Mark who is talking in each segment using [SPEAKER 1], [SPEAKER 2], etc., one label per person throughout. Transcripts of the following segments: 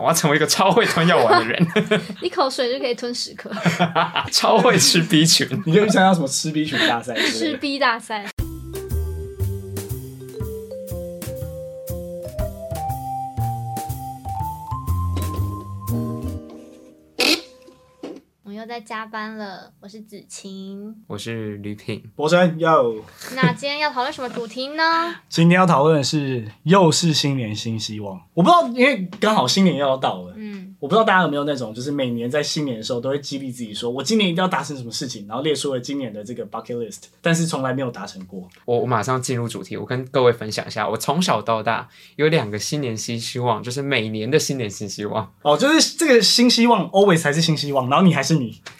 [SPEAKER 1] 我要成为一个超会吞药丸的人，
[SPEAKER 2] 一口水就可以吞十颗，
[SPEAKER 1] 超会吃 B 群。
[SPEAKER 3] 你可以参加什么吃 B 群大赛之类
[SPEAKER 2] 吃
[SPEAKER 3] 的。
[SPEAKER 2] 逼大赛。我又在加班了，我是子晴。
[SPEAKER 1] 我是吕品，
[SPEAKER 3] 博生又，
[SPEAKER 2] 那今天要讨论什么主题呢？
[SPEAKER 3] 今天要讨论的是又是新年新希望。我不知道，因为刚好新年又要到了，
[SPEAKER 2] 嗯，
[SPEAKER 3] 我不知道大家有没有那种，就是每年在新年的时候都会激励自己说，我今年一定要达成什么事情，然后列出了今年的这个 bucket list，但是从来没有达成过。
[SPEAKER 1] 我我马上进入主题，我跟各位分享一下，我从小到大有两个新年新希望，就是每年的新年新希望。
[SPEAKER 3] 哦，就是这个新希望 always 还是新希望，然后你还是你。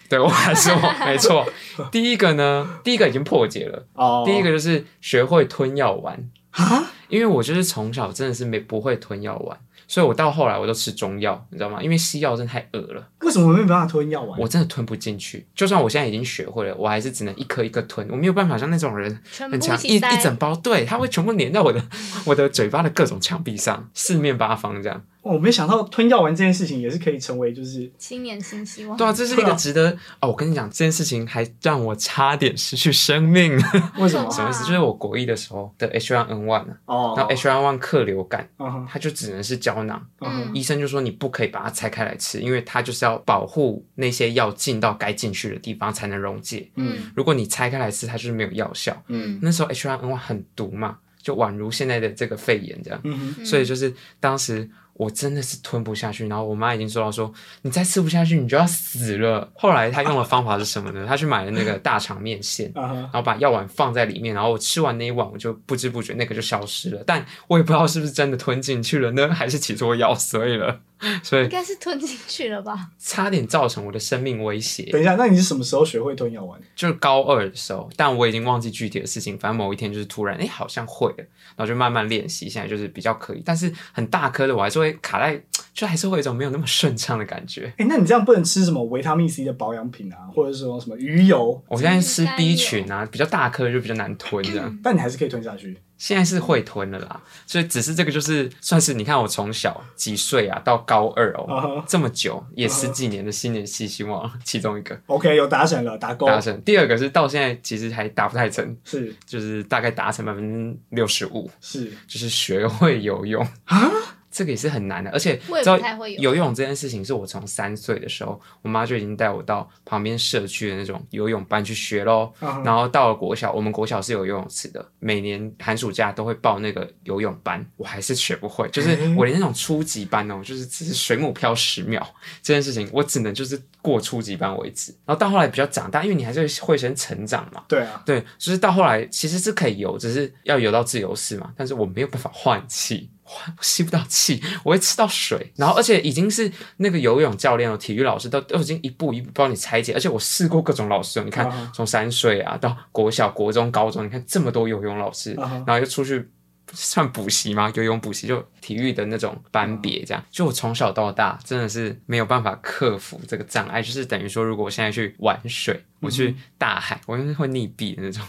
[SPEAKER 1] 对我还是 我，没错。第一个呢，第一个已经破解了，
[SPEAKER 3] 哦，
[SPEAKER 1] 第一个就是学会吞药丸，
[SPEAKER 3] 啊，
[SPEAKER 1] 因为我就是从小真的是没不会吞药丸。所以我到后来我都吃中药，你知道吗？因为西药真的太恶了，
[SPEAKER 3] 为什么我没有办法吞药丸？
[SPEAKER 1] 我真的吞不进去。就算我现在已经学会了，我还是只能一颗一颗吞，我没有办法像那种人
[SPEAKER 2] 全部
[SPEAKER 1] 很强，一
[SPEAKER 2] 起塞
[SPEAKER 1] 一整包，对，它会全部粘在我的我的嘴巴的各种墙壁上，四面八方这样。
[SPEAKER 3] 哦我没想到吞药丸这件事情也是可以成为就是
[SPEAKER 2] 新年新希望。
[SPEAKER 1] 对啊，这是一
[SPEAKER 3] 对
[SPEAKER 1] 个
[SPEAKER 3] 啊
[SPEAKER 1] 值得哦。我跟你讲，这件事情还让我差点失去生命。啊
[SPEAKER 3] 为 什么
[SPEAKER 2] 哇
[SPEAKER 1] 什么意思？就是我国一的时候的 H1N1 啊，
[SPEAKER 3] 哦，
[SPEAKER 1] 然后 H1N1 克流感，
[SPEAKER 3] 嗯哼
[SPEAKER 1] 它就只能是胶囊。
[SPEAKER 3] 嗯哼
[SPEAKER 2] 嗯
[SPEAKER 1] 医生就说你不可以把它拆开来吃，因为它就是要保护那些药进到该进去的地方才能溶解。
[SPEAKER 2] 嗯
[SPEAKER 1] 如果你拆开来吃，它就是没有药效。
[SPEAKER 3] 嗯
[SPEAKER 1] 那时候 H1N1 很毒嘛，就宛如现在的这个肺炎这样。
[SPEAKER 3] 嗯哼，
[SPEAKER 2] 嗯
[SPEAKER 1] 所以就是当时我真的是吞不下去，然后我妈已经说到说你再吃不下去你就要死了。后来她用的方法是什么呢？她去买了那个大肠面线。
[SPEAKER 3] 啊哈
[SPEAKER 1] 然后把药丸放在里面，然后我吃完那一碗，我就不知不觉那个就消失了。但我也不知道是不是真的吞进去了呢，还是其实我咬碎了， 所
[SPEAKER 2] 应
[SPEAKER 1] 以
[SPEAKER 2] 该是吞进去了吧？
[SPEAKER 1] 差点造成我的生命威胁。
[SPEAKER 3] 等一下，那你是什么时候学会吞药丸？
[SPEAKER 1] 就是高二的时候，但我已经忘记具体的事情，反正某一天就是突然，哎，好像会了，然后就慢慢练习，现在就是比较可以。但是很大颗的我还是会卡在，就还是会有一种没有那么顺畅的感觉。
[SPEAKER 3] 哎、那你这样不能吃什么维他命 C 的保养品啊，或者是说什么鱼油，
[SPEAKER 1] 我现在
[SPEAKER 2] 应
[SPEAKER 1] 吃
[SPEAKER 2] 该
[SPEAKER 1] B
[SPEAKER 2] 有
[SPEAKER 1] 群啊，比较大颗的就比较难吞这样。
[SPEAKER 3] 但你还是可以吞下去。
[SPEAKER 1] 现在是会吞了啦，所以只是这个就是算是你看我从小几岁啊到高二哦
[SPEAKER 3] 啊哈
[SPEAKER 1] 这么久也
[SPEAKER 3] 啊哈
[SPEAKER 1] 十几年的新年新希望其中一个
[SPEAKER 3] OK，有达成了，打勾
[SPEAKER 1] 达成，第二个是到现在其实还达不太成，
[SPEAKER 3] 是
[SPEAKER 1] 就是大概达成百分之六十五，
[SPEAKER 3] 是
[SPEAKER 1] 就是学会游泳
[SPEAKER 3] 啊，
[SPEAKER 1] 这个也是很难的，而且
[SPEAKER 2] 我也
[SPEAKER 1] 知道
[SPEAKER 2] 不太会游
[SPEAKER 1] 游泳这件事情是我从三岁的时候，我妈就已经带我到旁边社区的那种游泳班去学喽。
[SPEAKER 3] 啊
[SPEAKER 1] 然后到了国小，我们国小是有游泳池的，每年寒暑假都会报那个游泳班，我还是学不会，就是
[SPEAKER 3] 嗯
[SPEAKER 1] 我连那种初级班哦，就是只是水母漂十秒这件事情，我只能就是过初级班为止。然后到后来比较长大，因为你还是会先成长嘛，
[SPEAKER 3] 对啊，
[SPEAKER 1] 对，就是到后来其实是可以游，只是要游到自由式嘛，但是我没有办法换气。换我吸不到气，我会吃到水，然后而且已经是那个游泳教练哦，体育老师都都已经一步一步帮你拆解，而且我试过各种老师哦，你看
[SPEAKER 3] 啊哈
[SPEAKER 1] 从三岁啊到国小、国中、高中，你看这么多游泳老师，
[SPEAKER 3] 啊哈
[SPEAKER 1] 然后又出去算补习吗？游泳补习就体育的那种班别，这样就我从小到大真的是没有办法克服这个障碍，就是等于说，如果我现在去玩水，我去大海，我就是会溺毙的那种，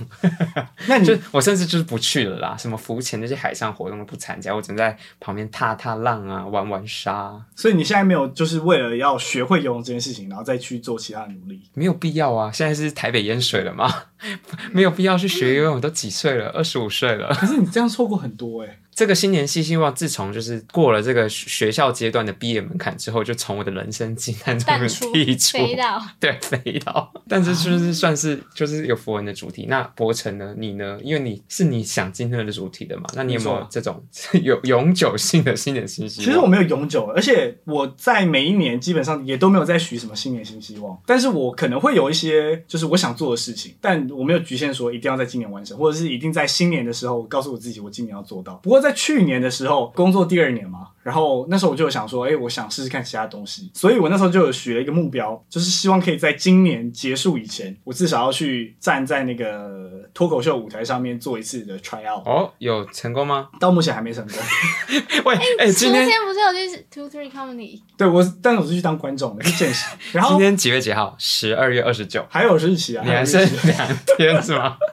[SPEAKER 3] 那你
[SPEAKER 1] 就我甚至就是不去了啦，什么浮潜那些海上活动都不参加，我只能在旁边踏踏浪啊，玩玩沙啊、
[SPEAKER 3] 所以你现在没有就是为了要学会游泳这件事情，然后再去做其他的努力。
[SPEAKER 1] 没有必要啊！现在是台北淹水了嘛，没有必要去学游泳，都几岁了，二十五岁了。
[SPEAKER 3] 可是你这样错过很多哎、
[SPEAKER 1] 这个新年新希望，自从就是过了这个学校阶段的毕业门槛之后，就从我的人生清单中
[SPEAKER 2] 淡
[SPEAKER 1] 面
[SPEAKER 2] 出
[SPEAKER 1] 剔除，
[SPEAKER 2] 飞到。
[SPEAKER 1] 对，飞到。但这就是算是就是有符文的主题。那博成呢？你呢？因为你是你想今天的主题的嘛？那你有没
[SPEAKER 3] 没
[SPEAKER 1] 有
[SPEAKER 3] 错
[SPEAKER 1] 这种有永久性的新年新希望？
[SPEAKER 3] 其实我没有永久，而且我在每一年基本上也都没有在许什么新年新希望，但是我可能会有一些就是我想做的事情，但我没有局限说一定要在今年完成，或者是一定在新年的时候告诉我自己我今年要做到。不过在去年的时候，工作第二年嘛，然后那时候我就有想说，哎、我想试试看其他东西，所以我那时候就有许了一个目标，就是希望可以在今年结束以前，我至少要去站在那个脱口秀舞台上面做一次的 try out，
[SPEAKER 1] 哦，有成功 吗？
[SPEAKER 3] 到目前还没成功。
[SPEAKER 1] 喂，哎、今
[SPEAKER 2] 昨
[SPEAKER 1] 天
[SPEAKER 2] 天不是有去 Two Three Comedy，
[SPEAKER 3] 对我，但是我是去当观众的，是见习。然后
[SPEAKER 1] 今天几月几号？十二月二十九，
[SPEAKER 3] 还有日期啊，
[SPEAKER 1] 你还
[SPEAKER 3] 是
[SPEAKER 1] 剩两天是吗？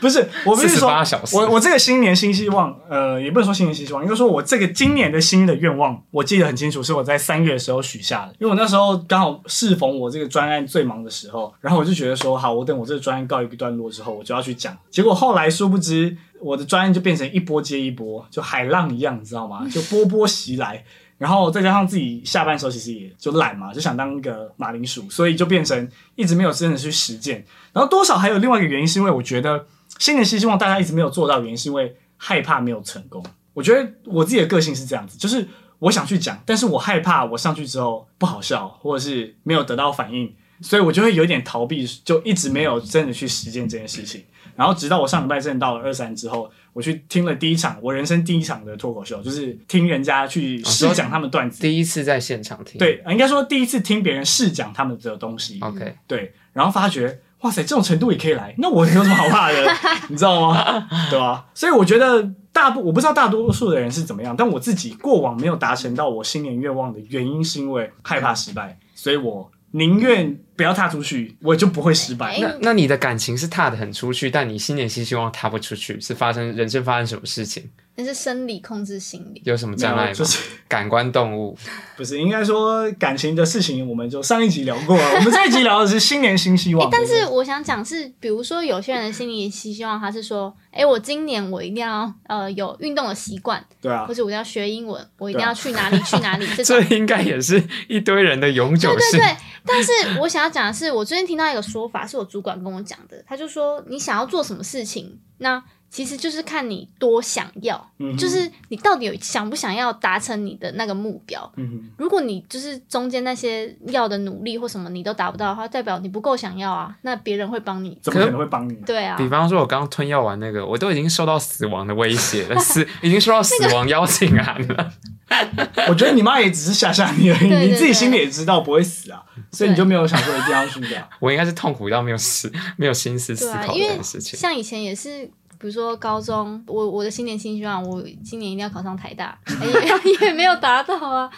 [SPEAKER 3] 不是，我不是说
[SPEAKER 1] 48小，时
[SPEAKER 3] 我我这个新年新希望，呃，也不能说新年新希望，应该说我这个今年的新的愿望，我记得很清楚，是我在三月的时候许下的，因为我那时候刚好适逢我这个专案最忙的时候，然后我就觉得说，好，我等我这个专案告一个段落之后，我就要去讲。结果后来殊不知，我的专案就变成一波接一波，就海浪一样，你知道吗？就波波袭来。然后再加上自己下班的时候其实也就懒嘛，就想当一个马铃薯，所以就变成一直没有真的去实践。然后多少还有另外一个原因，是因为我觉得新年新希望大家一直没有做到，原因是因为害怕没有成功。我觉得我自己的个性是这样子，就是我想去讲，但是我害怕我上去之后不好笑，或者是没有得到反应，所以我就会有一点逃避，就一直没有真的去实践这件事情。然后直到我上礼拜真的到了二三之后，我去听了第一场我人生第一场的脱口秀，就是听人家去试讲他们段子。
[SPEAKER 1] 第一次在现场听，
[SPEAKER 3] 对，呃应该说第一次听别人试讲他们的东西。
[SPEAKER 1] ，OK，
[SPEAKER 3] 对，然后发觉，哇塞，这种程度也可以来，那我有什么好怕的？ 你知道吗？对吧、所以我觉得大部我不知道大多数的人是怎么样，但我自己过往没有达成到我新年愿望的原因，是因为害怕失败，所以我宁愿不要踏出去，我就不会失败。
[SPEAKER 2] 哎
[SPEAKER 1] 那那你的感情是踏得很出去，但你新年新希望踏不出去，是发生人生发生什么事情？
[SPEAKER 2] 那是生理控制心理。
[SPEAKER 1] 有什么障碍
[SPEAKER 3] 没
[SPEAKER 1] 吗？
[SPEAKER 3] 有就是
[SPEAKER 1] 感官动物，
[SPEAKER 3] 不是应该说感情的事情，我们就上一集聊过了，我们这一集聊的是新年新希望。
[SPEAKER 2] 哎但
[SPEAKER 3] 对
[SPEAKER 2] 是
[SPEAKER 3] 不对
[SPEAKER 2] 我想讲是，比如说有些人的心理希希望他是说，哎、我今年我一定要呃有运动的习惯，
[SPEAKER 3] 对啊
[SPEAKER 2] 或，者我要学英文，我一
[SPEAKER 3] 对
[SPEAKER 2] 定
[SPEAKER 3] 啊
[SPEAKER 2] 要去哪里去哪 里这种
[SPEAKER 1] 这。应该也是一堆人的永久
[SPEAKER 2] 对对
[SPEAKER 1] 性。
[SPEAKER 2] 对，但是我想要讲的是，我最近听到一个说法，是我主管跟我讲的，他就说你想要做什么事情，那其实就是看你多想要，
[SPEAKER 3] 嗯哼
[SPEAKER 2] 就是你到底有想不想要达成你的那个目标。
[SPEAKER 3] 嗯哼，
[SPEAKER 2] 如果你就是中间那些要的努力或什么你都达不到的话，代表你不够想要啊，那别人会帮你。
[SPEAKER 3] 怎么可能会帮你呢？
[SPEAKER 2] 对啊，
[SPEAKER 1] 比方说，我刚刚吞药丸那个，我都已经受到死亡的威胁 了，死已经受到死亡邀请函了。
[SPEAKER 3] 我觉得你妈也只是吓吓你而
[SPEAKER 2] 对
[SPEAKER 3] 已，
[SPEAKER 2] 对
[SPEAKER 3] 你自己心里也知道不会死啊，所以你就没有想说一定要去这样。
[SPEAKER 1] 我应该是痛苦到没有思 没有心思思
[SPEAKER 2] 对啊，
[SPEAKER 1] 考
[SPEAKER 2] 因
[SPEAKER 1] 这
[SPEAKER 2] 为
[SPEAKER 1] 件事情。
[SPEAKER 2] 像以前也是，比如说高中，我我的新年新希望，我今年一定要考上台大，哎也 也没有达到啊。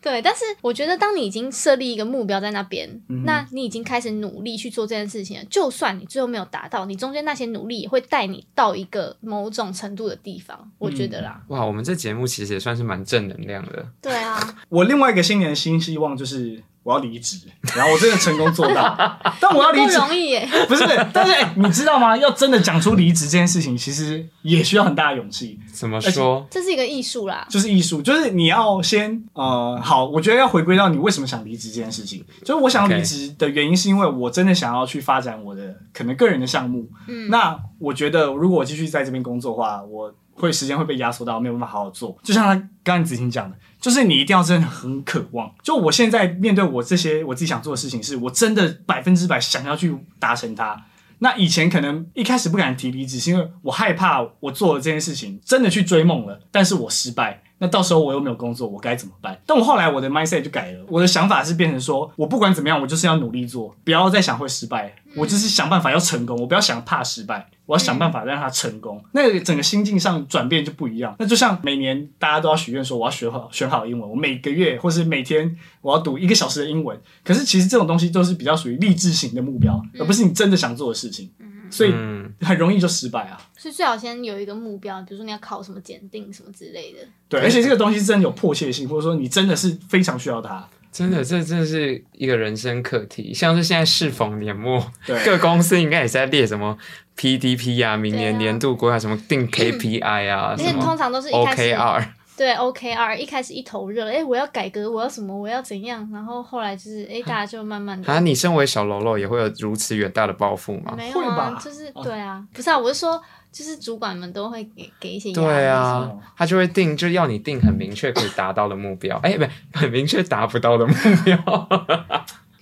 [SPEAKER 2] 对，但是我觉得，当你已经设立一个目标在那边，
[SPEAKER 3] 嗯哼
[SPEAKER 2] 那你已经开始努力去做这件事情了。就算你最后没有达到，你中间那些努力也会带你到一个某种程度的地方，我觉得啦。
[SPEAKER 1] 哇，我们这节目其实也算是蛮正能量的。
[SPEAKER 2] 对啊，
[SPEAKER 3] 我另外一个新年的新希望就是我要离职，然后我真的成功做 到，但我要
[SPEAKER 2] 不
[SPEAKER 3] 离职。
[SPEAKER 2] 容易耶。
[SPEAKER 3] 不是，但是、哎，你知道吗？要真的讲出离职这件事情，其实也需要很大的勇气。
[SPEAKER 1] 怎么说？
[SPEAKER 2] 这是一个艺术啦，
[SPEAKER 3] 就是艺术，就是你要先呃，好，我觉得要回归到你为什么想离职这件事情。就是我想要离职的原因，是因为我真的想要去发展我的可能个人的项目。
[SPEAKER 2] 嗯
[SPEAKER 3] 那我觉得如果我继续在这边工作的话，我会时间会被压缩到没有办法好好做。就像他刚才子晴讲的，就是你一定要真的很渴望。就我现在面对我这些我自己想做的事情，是我真的百分之百想要去达成它。那以前可能一开始不敢提离职，是因为我害怕我做了这件事情真的去追梦了，但是我失败，那到时候我又没有工作，我该怎么办？但我后来我的 mindset 就改了，我的想法是变成说，我不管怎么样，我就是要努力做，不要再想会失败，我就是想办法要成功，我不要想怕失败，我要想办法让它成功。那个整个心境上转变就不一样。那就像每年大家都要许愿说我要学好学好英文，我每个月或是每天我要读一个小时的英文。可是其实这种东西都是比较属于励志型的目标，而不是你真的想做的事情，所以
[SPEAKER 1] 嗯，
[SPEAKER 3] 很容易就失败啊。
[SPEAKER 2] 所以最好先有一个目标，比如说你要考什么检定什么之类的。
[SPEAKER 1] 对
[SPEAKER 3] 对，而且这个东西真的有迫切性，或者说你真的是非常需要它。
[SPEAKER 1] 真的，这真的是一个人生课题。像是现在适逢年末，
[SPEAKER 3] 对
[SPEAKER 1] 各公司应该也是在列什么 PDP 啊，明年
[SPEAKER 2] 对啊
[SPEAKER 1] 年度规划什么定 KPI 啊，
[SPEAKER 2] 而
[SPEAKER 1] 什
[SPEAKER 2] 且
[SPEAKER 1] 么
[SPEAKER 2] 通常都是一开始
[SPEAKER 1] OKR。
[SPEAKER 2] 对 OKR 一开始一头热，哎、我要改革，我要什么，我要怎样，然后后来就是，哎、大家就慢慢的。
[SPEAKER 1] 啊，你身为小喽啰也会有如此远大的抱负吗？
[SPEAKER 2] 没有
[SPEAKER 3] 会
[SPEAKER 2] 啊
[SPEAKER 3] 吧，
[SPEAKER 2] 就是
[SPEAKER 3] 哦
[SPEAKER 2] 对啊，不是啊，我是说，就是主管们都会给给一些压力。
[SPEAKER 1] 对
[SPEAKER 3] 是
[SPEAKER 1] 啊
[SPEAKER 3] 吗，
[SPEAKER 1] 他就会定，就要你定很明确可以达到的目标，哎、不， 很明确达不到的目标。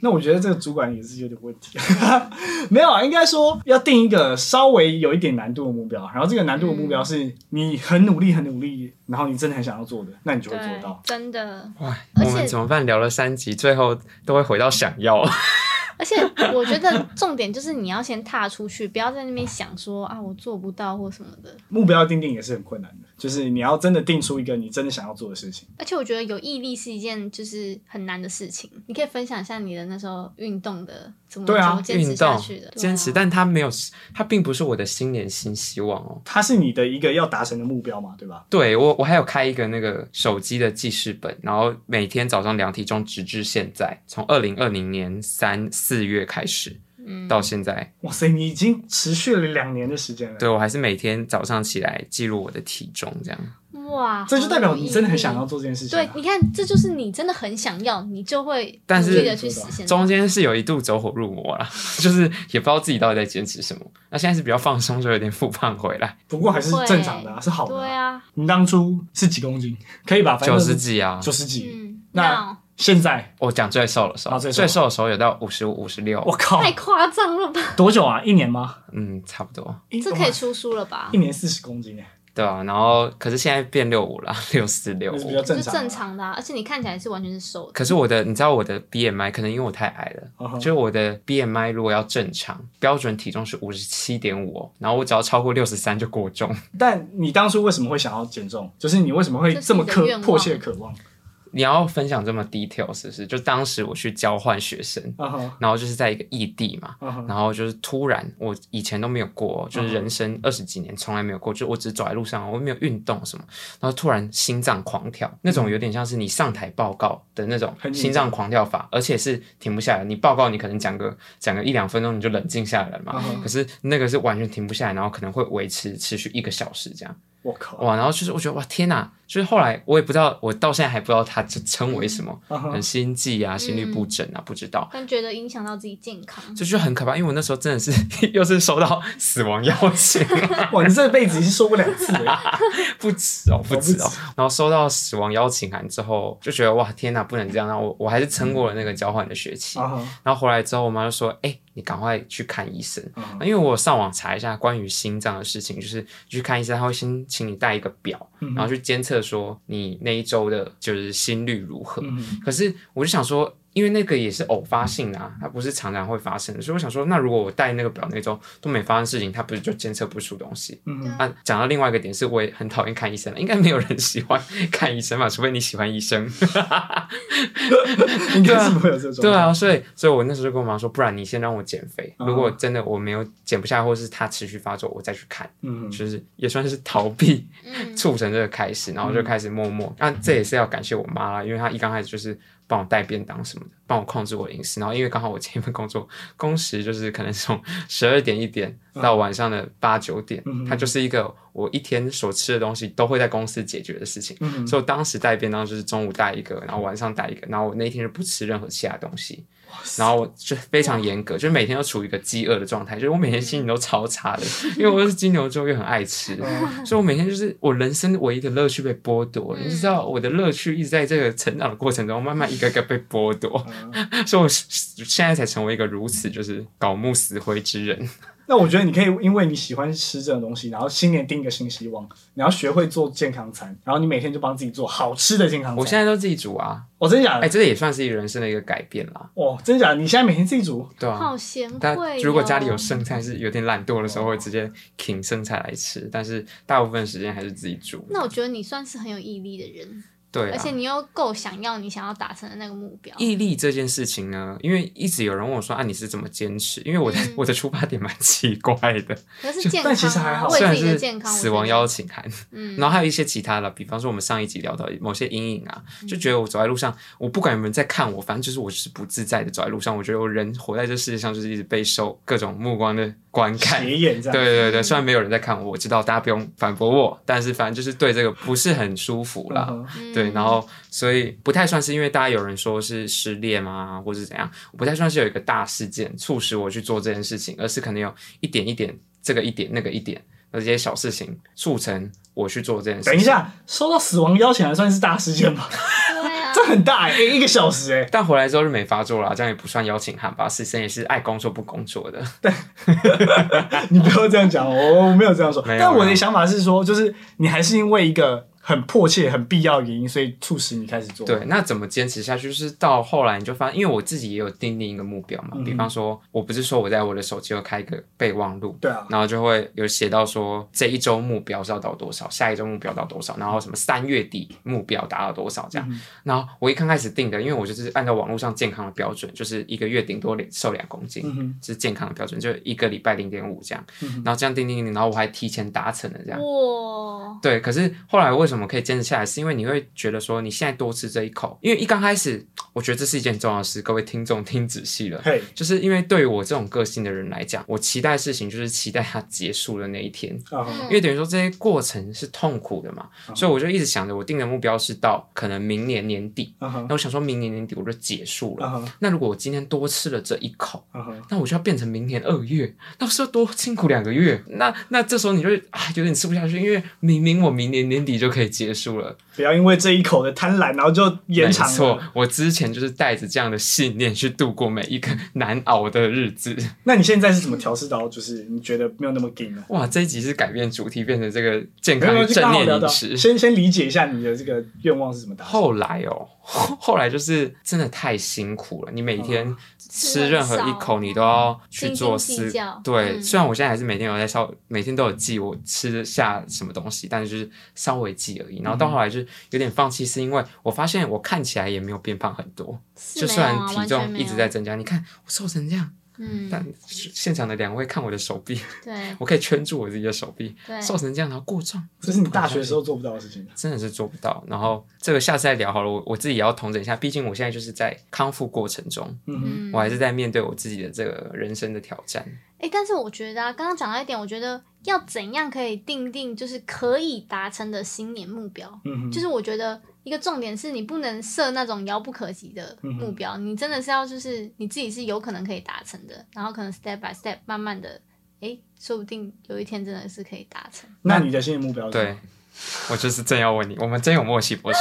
[SPEAKER 3] 那我觉得这个主管也是有点问题， 没有啊，应该说要定一个稍微有一点难度的目标，然后这个难度的目
[SPEAKER 2] 嗯
[SPEAKER 3] 标是你很努力、很努力，然后你真的很想要做的，那你就会做
[SPEAKER 2] 对
[SPEAKER 3] 到。，
[SPEAKER 2] 真的，
[SPEAKER 1] 哇，
[SPEAKER 2] 而且
[SPEAKER 1] 我们怎么办？聊了三集，最后都会回到想要。
[SPEAKER 2] 而且我觉得重点就是你要先踏出去，不要在那边想说啊我做不到或什么的。
[SPEAKER 3] 目标定定也是很困难的，就是你要真的定出一个你真的想要做的事情。
[SPEAKER 2] 而且我觉得有毅力是一件就是很难的事情。你可以分享一下你的那时候运动的怎么
[SPEAKER 3] 对啊
[SPEAKER 2] 怎么坚持
[SPEAKER 1] 运
[SPEAKER 2] 下
[SPEAKER 1] 动
[SPEAKER 2] 去的，对啊
[SPEAKER 1] 坚持，但它没有，它并不是我的新年新希望哦。
[SPEAKER 3] 它是你的一个要达成的目标嘛，对吧？
[SPEAKER 1] 对我，我还有开一个那个手机的记事本，然后每天早上量体重，直至现在，从二零二零年三四月开始
[SPEAKER 2] 嗯，
[SPEAKER 1] 到现在，
[SPEAKER 3] 哇塞，你已经持续了两年的时间了，
[SPEAKER 1] 对我还是每天早上起来记录我的体重，这样。
[SPEAKER 2] 嗯哇，
[SPEAKER 3] 这就代表
[SPEAKER 2] 好有
[SPEAKER 3] 你真的很
[SPEAKER 2] 毅力
[SPEAKER 3] 想要做这件事情、
[SPEAKER 2] 对
[SPEAKER 3] 啊。，
[SPEAKER 2] 你看，这就是你真的很想要，你就会
[SPEAKER 1] 但
[SPEAKER 2] 努
[SPEAKER 1] 是
[SPEAKER 2] 力的去实现它。
[SPEAKER 1] 中间是有一度走火入魔啦， 就是也不知道自己到底在坚持什么。那现在是比较放松，就有点复胖回来，
[SPEAKER 3] 不过还是正常的、啊，是好的、
[SPEAKER 2] 对啊，
[SPEAKER 3] 你当初是几公斤？可以吧？反正
[SPEAKER 1] 九十几啊
[SPEAKER 3] 九！十几。
[SPEAKER 2] 嗯，
[SPEAKER 3] 那现在，
[SPEAKER 1] 我讲最瘦的时候，
[SPEAKER 3] 啊最瘦
[SPEAKER 1] 最瘦的时候有到五十五、五十六
[SPEAKER 3] 我，靠，
[SPEAKER 2] 太夸张 了吧？
[SPEAKER 3] 多久啊？一年吗？
[SPEAKER 1] 嗯，差不多，
[SPEAKER 3] 一
[SPEAKER 2] 这可以出书了吧
[SPEAKER 3] 哇一？年四十公斤哎，
[SPEAKER 1] 对啊。然后可是现在变六五啦， 六四六
[SPEAKER 3] 那是比
[SPEAKER 1] 五
[SPEAKER 3] 较。
[SPEAKER 2] 就
[SPEAKER 3] 正常。
[SPEAKER 2] 正。常的、啊，而且你看起来是完全是 瘦的。
[SPEAKER 1] 可是我的，你知道我的 BMI 可能因为我太矮了
[SPEAKER 3] 嗯哼
[SPEAKER 1] 就是我的 BMI 如果要正常标准体重是五十七点五，然后我只要超过六十三就过重。
[SPEAKER 3] 但你当初为什么会想要减重？就是你为什么会
[SPEAKER 2] 这是
[SPEAKER 3] 这么
[SPEAKER 2] 你的
[SPEAKER 3] 渴
[SPEAKER 2] 愿望
[SPEAKER 3] 迫切渴望？
[SPEAKER 1] 你要分享这么 detail 是不是？就当时我去交换学生，
[SPEAKER 3] 啊哈，
[SPEAKER 1] 然后就是在一个异地嘛，
[SPEAKER 3] 啊哈，
[SPEAKER 1] 然后就是突然，我以前都没有过哦，
[SPEAKER 3] 嗯
[SPEAKER 1] 就是人生二十几年从来没有过，就我只走在路上，我没有运动什么，然后突然心脏狂跳，那种有点像是你上台报告的那种
[SPEAKER 3] 嗯很紧张
[SPEAKER 1] 心脏狂跳法，而且是停不下来。你报告你可能讲个讲个一两分钟你就冷静下来了嘛
[SPEAKER 3] 嗯哼，
[SPEAKER 1] 可是那个是完全停不下来，然后可能会维持持续一个小时这样。
[SPEAKER 3] 我靠，
[SPEAKER 1] 哇，然后就是我觉得哇天哪，就是后来我也不知道，我到现在还不知道它称称为什么，可
[SPEAKER 3] 啊哈
[SPEAKER 1] 能，心悸啊、心律不
[SPEAKER 3] 嗯
[SPEAKER 1] 整啊，不知道。
[SPEAKER 2] 但觉得影响到自己健康，
[SPEAKER 1] 这就很可怕，因为我那时候真的是 又是收到死亡邀请，
[SPEAKER 3] 哇，你这辈子已经说过两次了，
[SPEAKER 1] 不止 哦，不止
[SPEAKER 3] 不
[SPEAKER 1] 哦。然后收到死亡邀请函之后，就觉得哇天哪，不能这样。然后我我还是撑过了那个交换的学期。
[SPEAKER 3] 啊哈，
[SPEAKER 1] 然后回来之后，我妈就说：“哎、你赶快去看医生。”
[SPEAKER 3] 啊哈
[SPEAKER 1] 因为我上网查一下关于心脏的事情，就是你去看医生，他会先请你带一个表，
[SPEAKER 3] 嗯哼
[SPEAKER 1] 然后去监测说你那一周的就是心率如何。
[SPEAKER 3] 嗯哼
[SPEAKER 1] 可是我就想说，因为那个也是偶发性的啊，它不是常常会发生的，所以我想说，那如果我带那个表那周都没发生事情，它不是就监测不出东西？
[SPEAKER 3] 嗯哼，
[SPEAKER 1] 啊，讲到另外一个点是，我也很讨厌看医生了，应该没有人喜欢看医生吧， 除非你喜欢医生。
[SPEAKER 3] 应该是不会有这 种。
[SPEAKER 1] 对啊，所以所以我那时候就跟我妈说，不然你先让我减肥，
[SPEAKER 3] 哦
[SPEAKER 1] 如果真的我没有减不下来，或是它持续发作，我再去看，
[SPEAKER 3] 嗯，
[SPEAKER 1] 就是也算是逃避
[SPEAKER 2] 嗯，
[SPEAKER 1] 促成这个开始，然后
[SPEAKER 3] 嗯
[SPEAKER 1] 就开始默默。那、这也是要感谢我妈啦，因为她一刚开始就是帮我带便当什么的，帮我控制我的饮食。然后因为刚好我前一份工作工时就是可能从十二点一点到晚上的八九点，
[SPEAKER 3] 嗯
[SPEAKER 1] 它就是一个我一天所吃的东西都会在公司解决的事情。
[SPEAKER 3] 嗯哼，
[SPEAKER 1] 所以我当时带便当就是中午带一个，然后晚上带一个，然后我那一天就不吃任何其他东西，然后我就非常严格，就是每天都处于一个饥饿的状态，就是我每天心情都超差的，因为我是金牛座又很爱吃，
[SPEAKER 3] 嗯
[SPEAKER 1] 所以我每天就是我人生唯一的乐趣被剥夺了，
[SPEAKER 2] 嗯
[SPEAKER 1] 你知道我的乐趣一直在这个成长的过程中慢慢一个一个被剥夺，
[SPEAKER 3] 嗯
[SPEAKER 1] 所以我现在才成为一个如此就是槁木死灰之人。
[SPEAKER 3] 那我觉得你可以，因为你喜欢吃这种东西，然后新年定一个新希望，你要学会做健康餐，然后你每天就帮自己做好吃的健康餐。
[SPEAKER 1] 我现在都自己煮啊，
[SPEAKER 3] 哦，真的假
[SPEAKER 1] 哎、
[SPEAKER 2] 嗯
[SPEAKER 3] 的？
[SPEAKER 1] 这也算是一个人生的一个改变啦，
[SPEAKER 3] 哦，真的假的？你现在每天自己煮？
[SPEAKER 1] 对啊。
[SPEAKER 2] 好贤
[SPEAKER 1] 但
[SPEAKER 2] 惠、哦。
[SPEAKER 1] 如果家里有剩菜，是有点懒惰的时候会直接啃剩菜来吃，但是大部分时间还是自己煮。
[SPEAKER 2] 那我觉得你算是很有毅力的人，
[SPEAKER 1] 对、啊，
[SPEAKER 2] 而且你又够想要你想要达成的那个目标。
[SPEAKER 1] 毅力这件事情呢，因为一直有人问我说啊，你是怎么坚持？因为我的、
[SPEAKER 2] 嗯
[SPEAKER 1] 我的出发点蛮奇怪的，
[SPEAKER 2] 可是健康、啊，
[SPEAKER 3] 但其实还好
[SPEAKER 2] 为
[SPEAKER 1] 虽然
[SPEAKER 2] 自己的
[SPEAKER 1] 是
[SPEAKER 2] 健康，
[SPEAKER 1] 死亡邀
[SPEAKER 2] 要，
[SPEAKER 1] 请函，
[SPEAKER 2] 嗯，
[SPEAKER 1] 然后还有一些其他的，比方说我们上一集聊到某些阴影啊，就
[SPEAKER 2] 嗯
[SPEAKER 1] 觉得我走在路上，我不管有没有人在看我，反正就是我就是不自在的走在路上。我觉得我人活在这世界上就是一直备受各种目光的观看，
[SPEAKER 3] 斜眼这样。嗯
[SPEAKER 1] 对对对，虽然没有人在看我，我知道大家不用反驳我，但是反正就是对这个不是很舒服啦。
[SPEAKER 3] 嗯哼，
[SPEAKER 2] 嗯
[SPEAKER 1] 对，然后所以不太算是，因为大家有人说是失恋啊，或是怎样，不太算是有一个大事件促使我去做这件事情，而是可能有一点一点，这个一点那个一点，那这些小事情促成我去做这件事情。
[SPEAKER 3] 等一，下，收到死亡邀请还算是大事件吧？
[SPEAKER 2] 对啊
[SPEAKER 3] 这，很大哎、欸一个 小时哎、
[SPEAKER 1] 但回来之后就没发作了啊、这样也不算邀请函吧？师生也是爱工作不工作的。
[SPEAKER 3] 你不要这样讲，我我没有这样说。
[SPEAKER 1] 没有啊
[SPEAKER 3] 但我
[SPEAKER 1] 没
[SPEAKER 3] 的
[SPEAKER 1] 有
[SPEAKER 3] 想法是说，就是你还是因为一个很迫切、很必要的原因，所以促使你开始 做。
[SPEAKER 1] 对，那怎么坚持下去？就是到后来你就发现，因为我自己也有定定一个目标嘛，
[SPEAKER 3] 嗯
[SPEAKER 1] 比方说，我不是说我在我的手机会开一个备忘录，
[SPEAKER 3] 对啊，
[SPEAKER 1] 然后就会有写到说这一周目标是要到多少，下一周目标到多少，然后什么三月底目标达到多少这样。
[SPEAKER 3] 嗯
[SPEAKER 1] 然后我一刚开始定的，因为我就是按照网络上健康的标准，就是一个月顶多两瘦两公斤。
[SPEAKER 3] 嗯哼，
[SPEAKER 1] 是健康的标准，就一个礼拜零点五这样，
[SPEAKER 3] 嗯哼
[SPEAKER 1] 然后这样定定定，然后我还提前达成了这样。
[SPEAKER 2] 哇，
[SPEAKER 1] 对，可是后来为什么可以坚持下来，是因为你会觉得说你现在多吃这一口，因为一刚开始，我觉得这是一件很重要的事，各位听众听仔细了。
[SPEAKER 3] 嘿，
[SPEAKER 1] 就是因为对于我这种个性的人来讲，我期待事情就是期待它结束的那一天，
[SPEAKER 3] 啊哈，
[SPEAKER 2] 嗯
[SPEAKER 1] 因为等于说这些过程是痛苦的嘛，
[SPEAKER 3] 嗯
[SPEAKER 1] 所以我就一直想着我定的目标是到可能明年年底，
[SPEAKER 3] 啊哈
[SPEAKER 1] 那，我想说明年年底我就结束
[SPEAKER 3] 啊
[SPEAKER 1] 了。
[SPEAKER 3] 哈，
[SPEAKER 1] 那如果我今天多吃了这一口，
[SPEAKER 3] 啊哈，
[SPEAKER 1] 那我就要变成明年二月，那是要多辛苦两个月。那那这时候你就啊有点吃不下去，因为明明我明年年底就可以结束了。
[SPEAKER 3] 不要因为这一口的贪婪，然后就延长
[SPEAKER 1] 没错
[SPEAKER 3] 了。，
[SPEAKER 1] 我之前就是带着这样的信念去度过每一个难熬的日子。
[SPEAKER 3] 那你现在是怎么调试到，就是你觉得没有那么紧呢？
[SPEAKER 1] 哇，这一集是改变主题，变成这个健
[SPEAKER 3] 没有
[SPEAKER 1] 康与
[SPEAKER 3] 没有，就
[SPEAKER 1] 正
[SPEAKER 3] 刚好
[SPEAKER 1] 念
[SPEAKER 3] 聊到，
[SPEAKER 1] 饮食。
[SPEAKER 3] 先先理解一下你的这个愿望是怎么达成。
[SPEAKER 1] 后来哦， 后后来就是真的太辛苦了。你
[SPEAKER 3] 嗯
[SPEAKER 1] 每天吃任何一口，你都要去做
[SPEAKER 2] 斤斤
[SPEAKER 1] 思
[SPEAKER 2] 计较
[SPEAKER 1] 对，
[SPEAKER 2] 嗯
[SPEAKER 1] 虽然我现在还是每天有在稍，每天都有记我吃下什么东西，但是就是稍微记而已。然后
[SPEAKER 3] 嗯
[SPEAKER 1] 到后来就是有点放弃，是因为我发现我看起来也没有变胖很多，
[SPEAKER 2] 是
[SPEAKER 1] 就
[SPEAKER 2] 没
[SPEAKER 1] 虽
[SPEAKER 2] 有
[SPEAKER 1] 然
[SPEAKER 2] 啊
[SPEAKER 1] 体
[SPEAKER 2] 完全
[SPEAKER 1] 重
[SPEAKER 2] 没
[SPEAKER 1] 一直
[SPEAKER 2] 有
[SPEAKER 1] 在增加，你看我瘦成这样，
[SPEAKER 2] 嗯，
[SPEAKER 1] 但现场的两位看我的手臂，
[SPEAKER 2] 对
[SPEAKER 1] 我可以圈住我自己的手臂，
[SPEAKER 2] 对，
[SPEAKER 1] 瘦成这样然后过重，
[SPEAKER 3] 这是你大学时
[SPEAKER 1] 嗯
[SPEAKER 3] 候做不到的事情。
[SPEAKER 1] 真的是做不到。然后这个下次再聊好了，我我自己也要统整一下，毕竟我现在就是在康复过程中，
[SPEAKER 3] 嗯哼，
[SPEAKER 2] 嗯
[SPEAKER 1] 我还是在面对我自己的这个人生的挑战。
[SPEAKER 2] 哎、但是我觉得啊，刚刚讲到一点，我觉得要怎样可以定定就是可以达成的新年目标，
[SPEAKER 3] 嗯哼，
[SPEAKER 2] 就是我觉得一个重点是你不能设那种遥不可及的
[SPEAKER 1] 嗯
[SPEAKER 2] 目标，你真的是要就是你自己是有可能可以达成的，然后可能 step by step 慢慢的，哎、说不定有一天真的是可以达成。
[SPEAKER 3] 那你的新年目标是什么
[SPEAKER 1] 对，我就是正要问你，我们真有默契不成？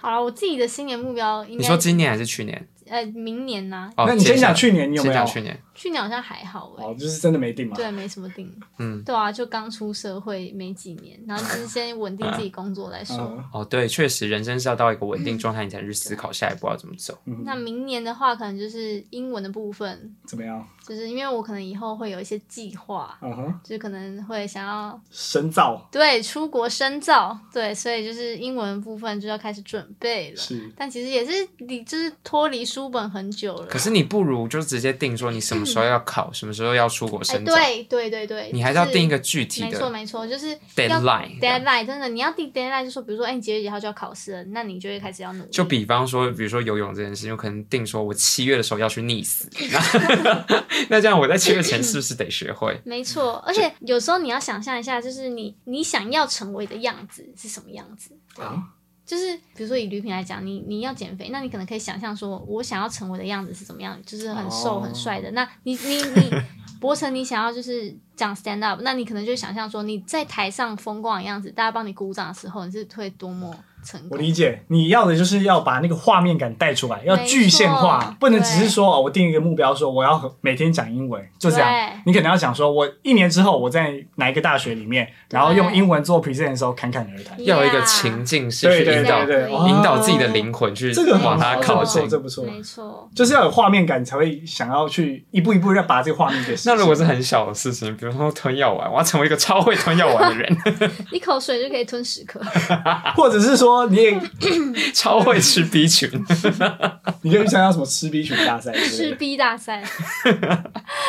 [SPEAKER 2] 好了，我自己的新年目标应
[SPEAKER 1] 你
[SPEAKER 2] 该
[SPEAKER 1] 说今年还是去年？
[SPEAKER 2] 呃明年呐、
[SPEAKER 1] 哦，
[SPEAKER 3] 那你先
[SPEAKER 1] 接下
[SPEAKER 3] 讲去年你有没
[SPEAKER 1] 先
[SPEAKER 3] 有
[SPEAKER 1] 讲？去年，
[SPEAKER 2] 去年好像还好哎、
[SPEAKER 3] 哦，就是真的没定嘛。
[SPEAKER 2] 对，没什么定。
[SPEAKER 1] 嗯，
[SPEAKER 2] 对啊，就刚出社会没几年，然后就是先稳定自己工作来说。
[SPEAKER 3] 嗯，
[SPEAKER 1] 哦，对，确实人生是要到一个稳定状态，你才去思考下一步要怎么走。
[SPEAKER 3] 嗯
[SPEAKER 2] 那
[SPEAKER 3] 哼，
[SPEAKER 2] 明年的话，可能就是英文的部分，
[SPEAKER 3] 怎么样？
[SPEAKER 2] 就是因为我可能以后会有一些计划，
[SPEAKER 3] 嗯哼，
[SPEAKER 2] 就是可能会想要
[SPEAKER 3] 深造
[SPEAKER 2] 对出国深造，对，所以就是英文部分就要开始准备了。
[SPEAKER 3] 是
[SPEAKER 2] 但其实也是你就是脱离书本很久了，
[SPEAKER 1] 可是你不如就直接定说你什么时候要考，什么时候要出国
[SPEAKER 2] 哎，
[SPEAKER 1] 深造，
[SPEAKER 2] 对对对对，
[SPEAKER 1] 你还是要定一
[SPEAKER 2] 个。
[SPEAKER 1] 个具体
[SPEAKER 2] 没错
[SPEAKER 1] 的
[SPEAKER 2] 没错，就是要
[SPEAKER 1] deadline 这样。
[SPEAKER 2] deadline 真的，你要定 deadline 就说，比如说，哎、你几月几号就要考试了，那你就会开始要努力。
[SPEAKER 1] 就比方说，比如说游泳这件事情，我可能定说我七月的时候要去溺死， 那这样我在七月前是不是得学会？
[SPEAKER 2] 没错，而且有时候你要想象一下，就是你你想要成为的样子是什么样子。
[SPEAKER 3] 啊，
[SPEAKER 2] 就是比如说以吕品来讲，你你要减肥，那你可能可以想象说，我想要成为的样子是怎么样，就是很瘦
[SPEAKER 3] 哦
[SPEAKER 2] 很帅的。那你你你博成，你想要就是讲 stand up，那你可能就想象说你在台上风光的样子，大家帮你鼓掌的时候，你是会多么成
[SPEAKER 3] 我
[SPEAKER 2] 功。
[SPEAKER 3] 理解，你要的就是要把那个画面感带出来，要具现
[SPEAKER 2] 没
[SPEAKER 3] 化
[SPEAKER 2] 错，
[SPEAKER 3] 不能只是说哦，我定一个目标，说我要每天讲英文，就这样
[SPEAKER 2] 对。
[SPEAKER 3] 你可能要想说，我一年之后我在哪一个大学里面，然后用
[SPEAKER 2] 对
[SPEAKER 3] 英文做 present 的时候侃侃而谈。
[SPEAKER 1] 要有一个
[SPEAKER 2] Yeah
[SPEAKER 1] 情境是
[SPEAKER 3] 对
[SPEAKER 1] 去
[SPEAKER 3] 对
[SPEAKER 1] 引导
[SPEAKER 3] 对对，
[SPEAKER 2] 引
[SPEAKER 3] 哦
[SPEAKER 1] 引导自己的灵魂去
[SPEAKER 3] 这个很
[SPEAKER 1] 往它
[SPEAKER 3] 好，这
[SPEAKER 1] 靠
[SPEAKER 3] 不
[SPEAKER 1] 近
[SPEAKER 3] 错，。这不错。
[SPEAKER 2] 没错，
[SPEAKER 3] 就是要有画面感，才会想要去一步一步要把这个画面给实现。
[SPEAKER 1] 那如果是很小的事情，比如说吞药丸，我要成为一个超会吞药丸的人，
[SPEAKER 2] 一口水就可以吞 十颗。
[SPEAKER 3] 或者是说你也
[SPEAKER 1] 超会吃 B 群，
[SPEAKER 3] 你就去参加什么吃 B 群大赛之类
[SPEAKER 2] 赤
[SPEAKER 3] 的，
[SPEAKER 2] 逼大赛，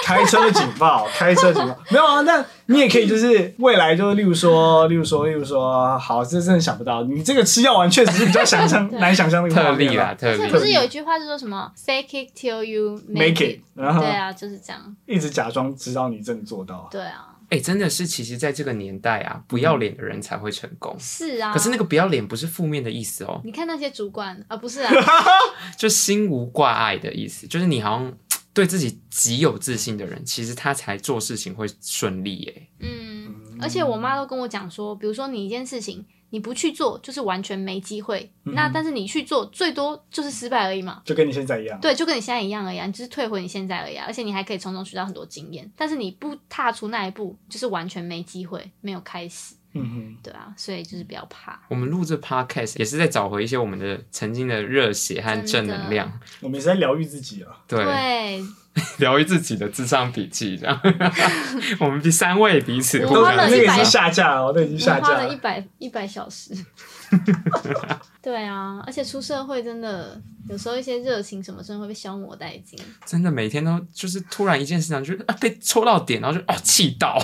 [SPEAKER 3] 开车警报，开车警报，没有啊？那你也可以就是未来就是例如说，例如说，例如说，好，这真的想不到，你这个吃药丸确实是比较想象
[SPEAKER 2] 对
[SPEAKER 3] 难想象那个
[SPEAKER 1] 特
[SPEAKER 3] 画面啊
[SPEAKER 1] 例啦，
[SPEAKER 3] 了，
[SPEAKER 1] 特
[SPEAKER 2] 是
[SPEAKER 1] 例
[SPEAKER 2] 不。是有一句话是说什么 “fake it till you
[SPEAKER 3] ，make
[SPEAKER 2] make
[SPEAKER 3] it，
[SPEAKER 2] it”？
[SPEAKER 3] 然后
[SPEAKER 2] 对啊，就是这样。
[SPEAKER 3] 一直假装知道你真的做到，
[SPEAKER 2] 对啊，
[SPEAKER 1] 哎、真的是，其实在这个年代啊，不要脸的人才会成功。
[SPEAKER 2] 是啊。
[SPEAKER 1] 可是那个不要脸不是负面的意思哦，
[SPEAKER 2] 你看那些主管啊，不是啊，
[SPEAKER 1] 就心无挂碍的意思，就是你好像对自己极有自信的人，其实他才做事情会顺利耶。
[SPEAKER 2] 嗯，而且我妈都跟我讲说，比如说你一件事情，你不去做就是完全没机会，
[SPEAKER 1] 嗯
[SPEAKER 2] 那但是你去做，最多就是失败而已嘛。
[SPEAKER 3] 就跟你现在一样。
[SPEAKER 2] 对，就跟你现在一样而已、啊，你就是退回你现在而已、啊，而且你还可以从中学到很多经验。但是你不踏出那一步，就是完全没机会，没有开始。
[SPEAKER 3] 嗯哼，
[SPEAKER 2] 对啊，所以就是不要怕。
[SPEAKER 1] 我们录这 podcast 也是在找回一些我们的曾经的热血和正能量，
[SPEAKER 3] 我们也是在疗愈自己啊。
[SPEAKER 1] 对，疗愈自己的智商笔记， 这样。我们第三位彼此
[SPEAKER 2] 我
[SPEAKER 1] 互
[SPEAKER 3] 都
[SPEAKER 2] 花
[SPEAKER 1] 相
[SPEAKER 2] 了
[SPEAKER 3] 那
[SPEAKER 2] 一
[SPEAKER 3] 个已
[SPEAKER 2] 百
[SPEAKER 3] 经下架了哦，那已经
[SPEAKER 2] 我
[SPEAKER 3] 下
[SPEAKER 2] 花
[SPEAKER 3] 架
[SPEAKER 2] 了一。百一百小时。 对啊，而且出社会真的有时候一些热情什么真的会被消磨殆尽。
[SPEAKER 1] 真的每天都就是突然一件事情，就是啊被戳到点，然后就哦气到，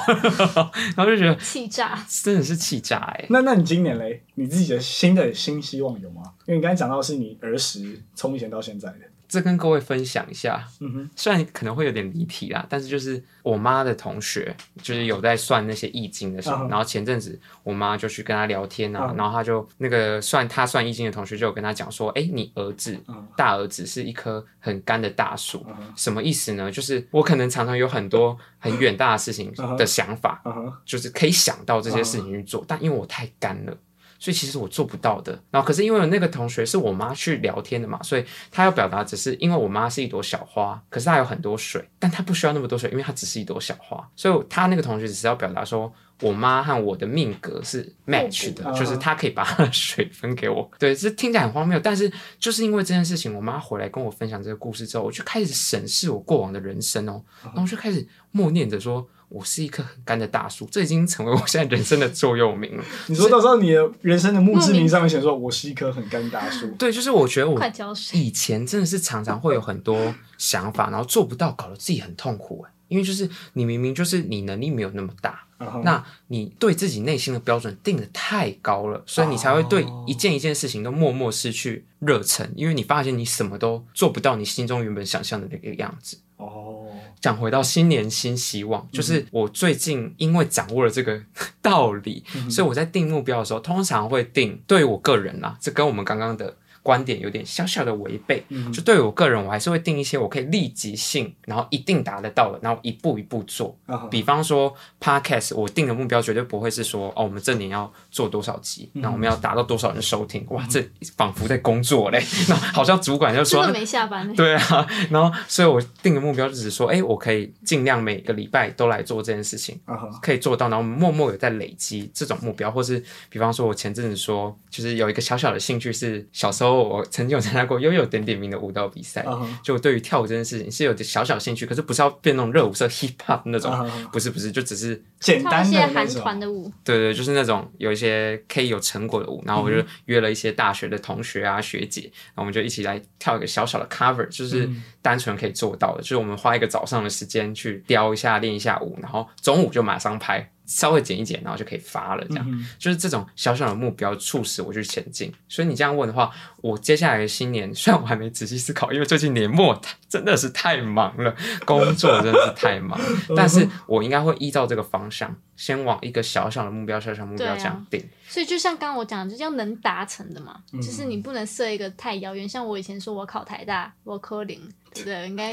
[SPEAKER 1] 然后就觉得
[SPEAKER 2] 气炸。
[SPEAKER 1] 真的是气炸哎、
[SPEAKER 3] 那那你今年嘞，你自己的新的新希望有吗？因为你刚才讲到的是你儿时从以前到现在的，
[SPEAKER 1] 这跟各位分享一下，
[SPEAKER 3] 嗯哼，
[SPEAKER 1] 虽然可能会有点离题啦，但是就是我妈的同学，就是有在算那些易经的时候
[SPEAKER 3] 嗯
[SPEAKER 1] 然后前阵子我妈就去跟她聊天啊
[SPEAKER 3] 嗯
[SPEAKER 1] 然后她就那个算她算易经的同学就有跟她讲说，哎、你儿子
[SPEAKER 3] 嗯
[SPEAKER 1] 大儿子是一棵很干的大树
[SPEAKER 3] 嗯哼，
[SPEAKER 1] 什么意思呢？就是我可能常常有很多很远大的事情
[SPEAKER 3] 嗯哼
[SPEAKER 1] 的想法，
[SPEAKER 3] 嗯哼，
[SPEAKER 1] 就是可以想到这些事情去做，但因为我太干了。所以其实我做不到的。然后可是因为有那个同学是我妈去聊天的嘛，所以她要表达只是因为我妈是一朵小花，可是她有很多水，但她不需要那么多水，因为她只是一朵小花。所以她那个同学只是要表达说。我妈和我的命格是 match 的
[SPEAKER 3] 互补，
[SPEAKER 1] 就是她可以把她的水分给我。 对，这听起来很荒谬，但是就是因为这件事情，我妈回来跟我分享这个故事之后，我就开始审视我过往的人生哦，然后我就开始默念着说，我是一棵很干的大树，这已经成为我现在人生的座右铭了。
[SPEAKER 3] 你说到时候你的人生的墓志铭上面写说，我是一棵很干大树，
[SPEAKER 1] 对，就是我觉
[SPEAKER 3] 哦
[SPEAKER 1] 得我
[SPEAKER 2] 快浇水
[SPEAKER 1] 以前真的是常常会有很多想法，然后做不到，搞得自己很痛苦、欸。因为就是你明明就是你能力没有那么大，
[SPEAKER 3] 嗯哼，
[SPEAKER 1] 那你对自己内心的标准定的太高了，所以你才会对
[SPEAKER 3] 哦
[SPEAKER 1] 一件一件事情都默默失去热忱，因为你发现你什么都做不到你心中原本想象的那个样子。
[SPEAKER 3] 哦，
[SPEAKER 1] 讲回到新年新希望，
[SPEAKER 3] 嗯
[SPEAKER 1] 就是我最近因为掌握了这个 道理，
[SPEAKER 3] 嗯
[SPEAKER 1] 所以我在定目标的时候，通常会定对于我个人啦，这跟我们刚刚的观点有点小小的违背。
[SPEAKER 3] 嗯
[SPEAKER 1] 就对于我个人，我还是会定一些我可以立即性，然后一定达得到的，然后一步一步做。
[SPEAKER 3] 啊哈
[SPEAKER 1] 比方说 podcast，我定的目标绝对不会是说哦，我们这年要做多少集，那我们
[SPEAKER 2] 嗯
[SPEAKER 1] 要达到多少人收听，哇，这仿佛在工作嘞，那好像主管就
[SPEAKER 2] 真
[SPEAKER 1] 说
[SPEAKER 2] 的没下班呢、
[SPEAKER 1] 对啊，然后所以我定的目标就只是说，哎、我可以尽量每个礼拜都来做这件事情，
[SPEAKER 3] 啊哈，
[SPEAKER 1] 可以做到，然后默默有在累积这种目标，或是比方说，我前阵子说，就是有一个小小的兴趣是，小时候我曾经有参加过悠悠点点名的舞蹈比赛，
[SPEAKER 3] 啊哈，
[SPEAKER 1] 就对于跳舞这件事情是有点小小兴趣，可是不是要变那种热舞社 hip hop 那种
[SPEAKER 3] 啊哈，
[SPEAKER 1] 不是不是，就只是
[SPEAKER 3] 简
[SPEAKER 2] 跳
[SPEAKER 3] 单
[SPEAKER 2] 一些
[SPEAKER 3] 的
[SPEAKER 2] 韩
[SPEAKER 3] 那
[SPEAKER 2] 团
[SPEAKER 3] 种，
[SPEAKER 2] 的舞，
[SPEAKER 1] 对对，就是那种有一些可以有成果的舞，然后我就约了一些大学的同学啊、学姐，然后我们就一起来跳一个小小的 cover，就是单纯可以做到的，就是我们花一个早上的时间去雕一下、练一下舞，然后中午就马上拍，稍微剪一剪，然后就可以发了，这样、
[SPEAKER 3] 嗯
[SPEAKER 1] 就是这种小小的目标促使我去前进。所以你这样问的话，我接下来的新年虽然我还没仔细思考，因为最近年末真的是太忙了，工作真的是太忙，
[SPEAKER 2] 嗯
[SPEAKER 1] 但是我应该会依照这个方向，先往一个小小的目标、小小目标
[SPEAKER 2] 对啊
[SPEAKER 1] 这样定。
[SPEAKER 2] 所以就像刚刚我讲的，就是要能达成的嘛，
[SPEAKER 3] 嗯
[SPEAKER 2] 就是你不能设一个太遥远。像我以前说我考台大，我科零，对不对？应 该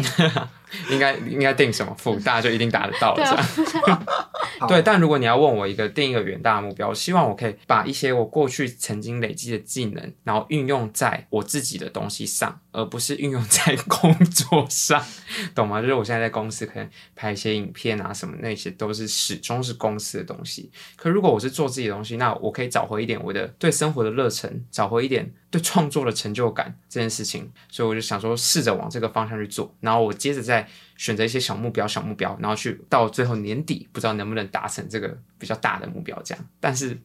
[SPEAKER 1] 应该应该定什么复大就一定达得到了，
[SPEAKER 2] 对
[SPEAKER 1] 这样。
[SPEAKER 2] 啊
[SPEAKER 3] 好
[SPEAKER 1] 对，但如果你要问我一个定一个远大的目标，希望我可以把一些我过去曾经累积的技能，然后运用在我自己的东西上，而不是运用在工作上，懂吗？就是我现在在公司可能拍一些影片啊什么，那些都是始终是公司的东西。可如果我是做自己的东西，那我可以找回一点我的对生活的热忱，找回一点对创作的成就感这件事情。所以我就想说，试着往这个方向去做，然后我接着再选择一些小目标、小目标，然后去到最后年底，不知道能不能达成这个比较大的目标。这样，但是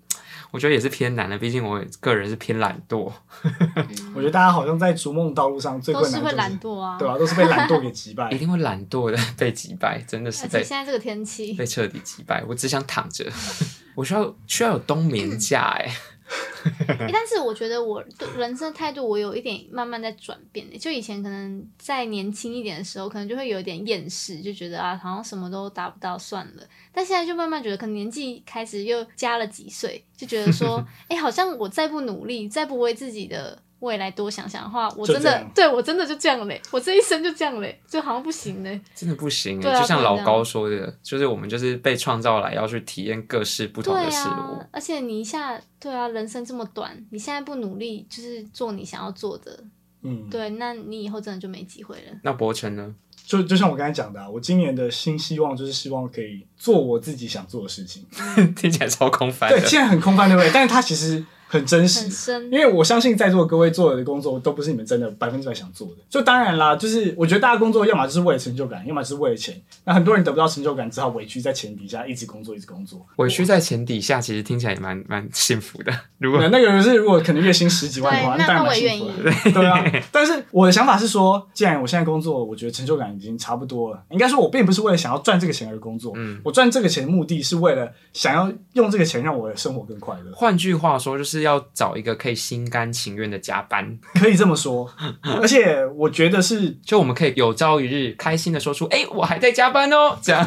[SPEAKER 1] 我觉得也是偏难的，毕竟我个人是偏懒惰。
[SPEAKER 3] 我觉得大家好像在逐梦道路上最
[SPEAKER 2] 都
[SPEAKER 3] 困
[SPEAKER 2] 是
[SPEAKER 3] 难
[SPEAKER 2] 会
[SPEAKER 3] 的
[SPEAKER 2] 懒
[SPEAKER 3] 就是，
[SPEAKER 2] 惰啊。
[SPEAKER 3] 对啊，都是被懒惰给 击
[SPEAKER 1] 一
[SPEAKER 3] 败。
[SPEAKER 1] 定会懒惰的被击败，真的是
[SPEAKER 2] 而且
[SPEAKER 1] 被
[SPEAKER 2] 现在这个天气，
[SPEAKER 1] 被彻底击败。我只想躺着，我需要需要有冬眠假哎、
[SPEAKER 2] 欸但是我觉得我对人生态度，我有一点慢慢在转变欸。就以前可能在年轻一点的时候，可能就会有一点厌世，就觉得啊，好像什么都达不到，算了。但现在就慢慢觉得，可能年纪开始又加了几岁，就觉得说， 哎、好像我再不努力，再不为自己的未来多想想的话，我
[SPEAKER 3] 就
[SPEAKER 2] 真
[SPEAKER 3] 这
[SPEAKER 2] 的
[SPEAKER 3] 样
[SPEAKER 2] 对我真的就这样嘞，欸我这一生就这样嘞，就好像不行嘞。
[SPEAKER 1] 真的不行哎、
[SPEAKER 2] 对啊
[SPEAKER 1] 就像
[SPEAKER 2] 不能
[SPEAKER 1] 老
[SPEAKER 2] 这样
[SPEAKER 1] 高说的，就是我们就是被创造来要去体验各式不同
[SPEAKER 2] 对
[SPEAKER 1] 的事物。
[SPEAKER 2] 啊，而且你一下，对啊，人生这么短，你现在不努力，就是做你想要做的，
[SPEAKER 3] 嗯，
[SPEAKER 2] 对，那你以后真的就没机会了。
[SPEAKER 1] 那博成呢？
[SPEAKER 3] 就就像我刚才讲的、啊，我今年的新希望就是希望可以做我自己想做的事情。
[SPEAKER 1] 听起来超空泛
[SPEAKER 3] 对，
[SPEAKER 1] 的。
[SPEAKER 3] 现在很空泛，对不对？但是它其实很真实
[SPEAKER 2] 很，深
[SPEAKER 3] 因为我相信在座各位做的工作都不是你们真的百分之百想做的。就当然啦，就是我觉得大家工作要么就是为了成就感，要么就是为了钱。那很多人得不到成就感，只好委屈在钱底下一直工作，一直工作。
[SPEAKER 1] 委屈在钱底下，其实听起来也蛮蛮幸福的。如果
[SPEAKER 3] 那那个人是如果可能月薪十几万的话，
[SPEAKER 2] 对那
[SPEAKER 3] 当然
[SPEAKER 2] 那
[SPEAKER 3] 蛮
[SPEAKER 2] 我也
[SPEAKER 3] 幸福的。 对啊，但是我的想法是说，既然我现在工作，我觉得成就感已经差不多了。应该说，我并不是为了想要赚这个钱而工作，
[SPEAKER 1] 嗯
[SPEAKER 3] 我赚这个钱的目的是为了想要用这个钱让我的生活更快乐。
[SPEAKER 1] 换句话说，就是要找一个可以心甘情愿的加班，
[SPEAKER 3] 可以这么说，而且我觉得是
[SPEAKER 1] 就我们可以有朝一日开心的说出：“哎、我还在加班哦。”这样，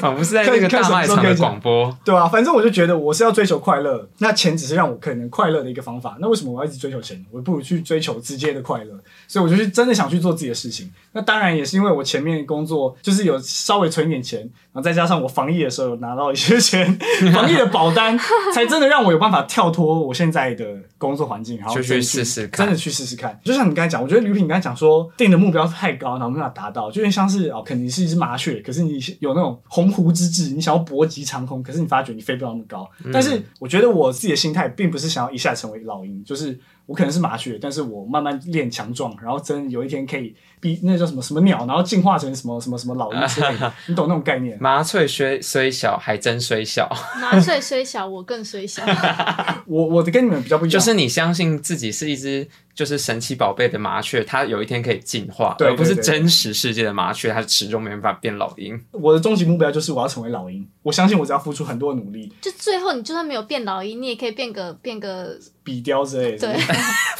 [SPEAKER 1] 仿佛是在那个大
[SPEAKER 3] 看看什么
[SPEAKER 1] 卖
[SPEAKER 3] 时候
[SPEAKER 1] 场
[SPEAKER 3] 可
[SPEAKER 1] 的
[SPEAKER 3] 以讲
[SPEAKER 1] 广播。
[SPEAKER 3] 对啊，反正我就觉得我是要追求快乐，那钱只是让我可能快乐的一个方法。那为什么我要一直追求钱？我不如去追求直接的快乐。所以我就去真的想去做自己的事情。那当然也是因为我前面工作就是有稍微存一点钱，然后再加上我防疫的时候有拿到一些钱， 防 疫的保单，才真的让我有办法跳脱我现在的工作环境，然后
[SPEAKER 1] 就去
[SPEAKER 3] 真的
[SPEAKER 1] 试试看
[SPEAKER 3] 真的去试试看。就像你刚才讲，我觉得吕品刚才讲说定的目标太高，然后没办法达到，就有点像是哦，肯定是一只麻雀，可是你有那种鸿鹄之志，你想要搏击长空，可是你发觉你飞不到那么高。
[SPEAKER 1] 嗯
[SPEAKER 3] 但是我觉得我自己的心态并不是想要一下成为老鹰，就是我可能是麻雀，但是我慢慢练强壮，然后真的有一天可以比那叫什么什么鸟，然后进化成什么什么什么老鹰 之类的，你懂那种概念？
[SPEAKER 1] 麻雀虽虽小，还真虽小。
[SPEAKER 2] 麻醉虽小，我更虽小。
[SPEAKER 3] 我我的跟你们比较不一样，
[SPEAKER 1] 就是你相信自己是一只就是神奇宝贝的麻雀，它有一天可以进化，
[SPEAKER 3] 对
[SPEAKER 1] 而不是
[SPEAKER 3] 对对
[SPEAKER 1] 真实世界的麻雀，它始终没办法变老 鹰。
[SPEAKER 3] 我的终极目标就是我要成为老鹰。我相信我只要付出很多的努力，
[SPEAKER 2] 就最后你就算没有变老鹰，你也可以变个变个。
[SPEAKER 3] 比雕之类的，
[SPEAKER 2] 对，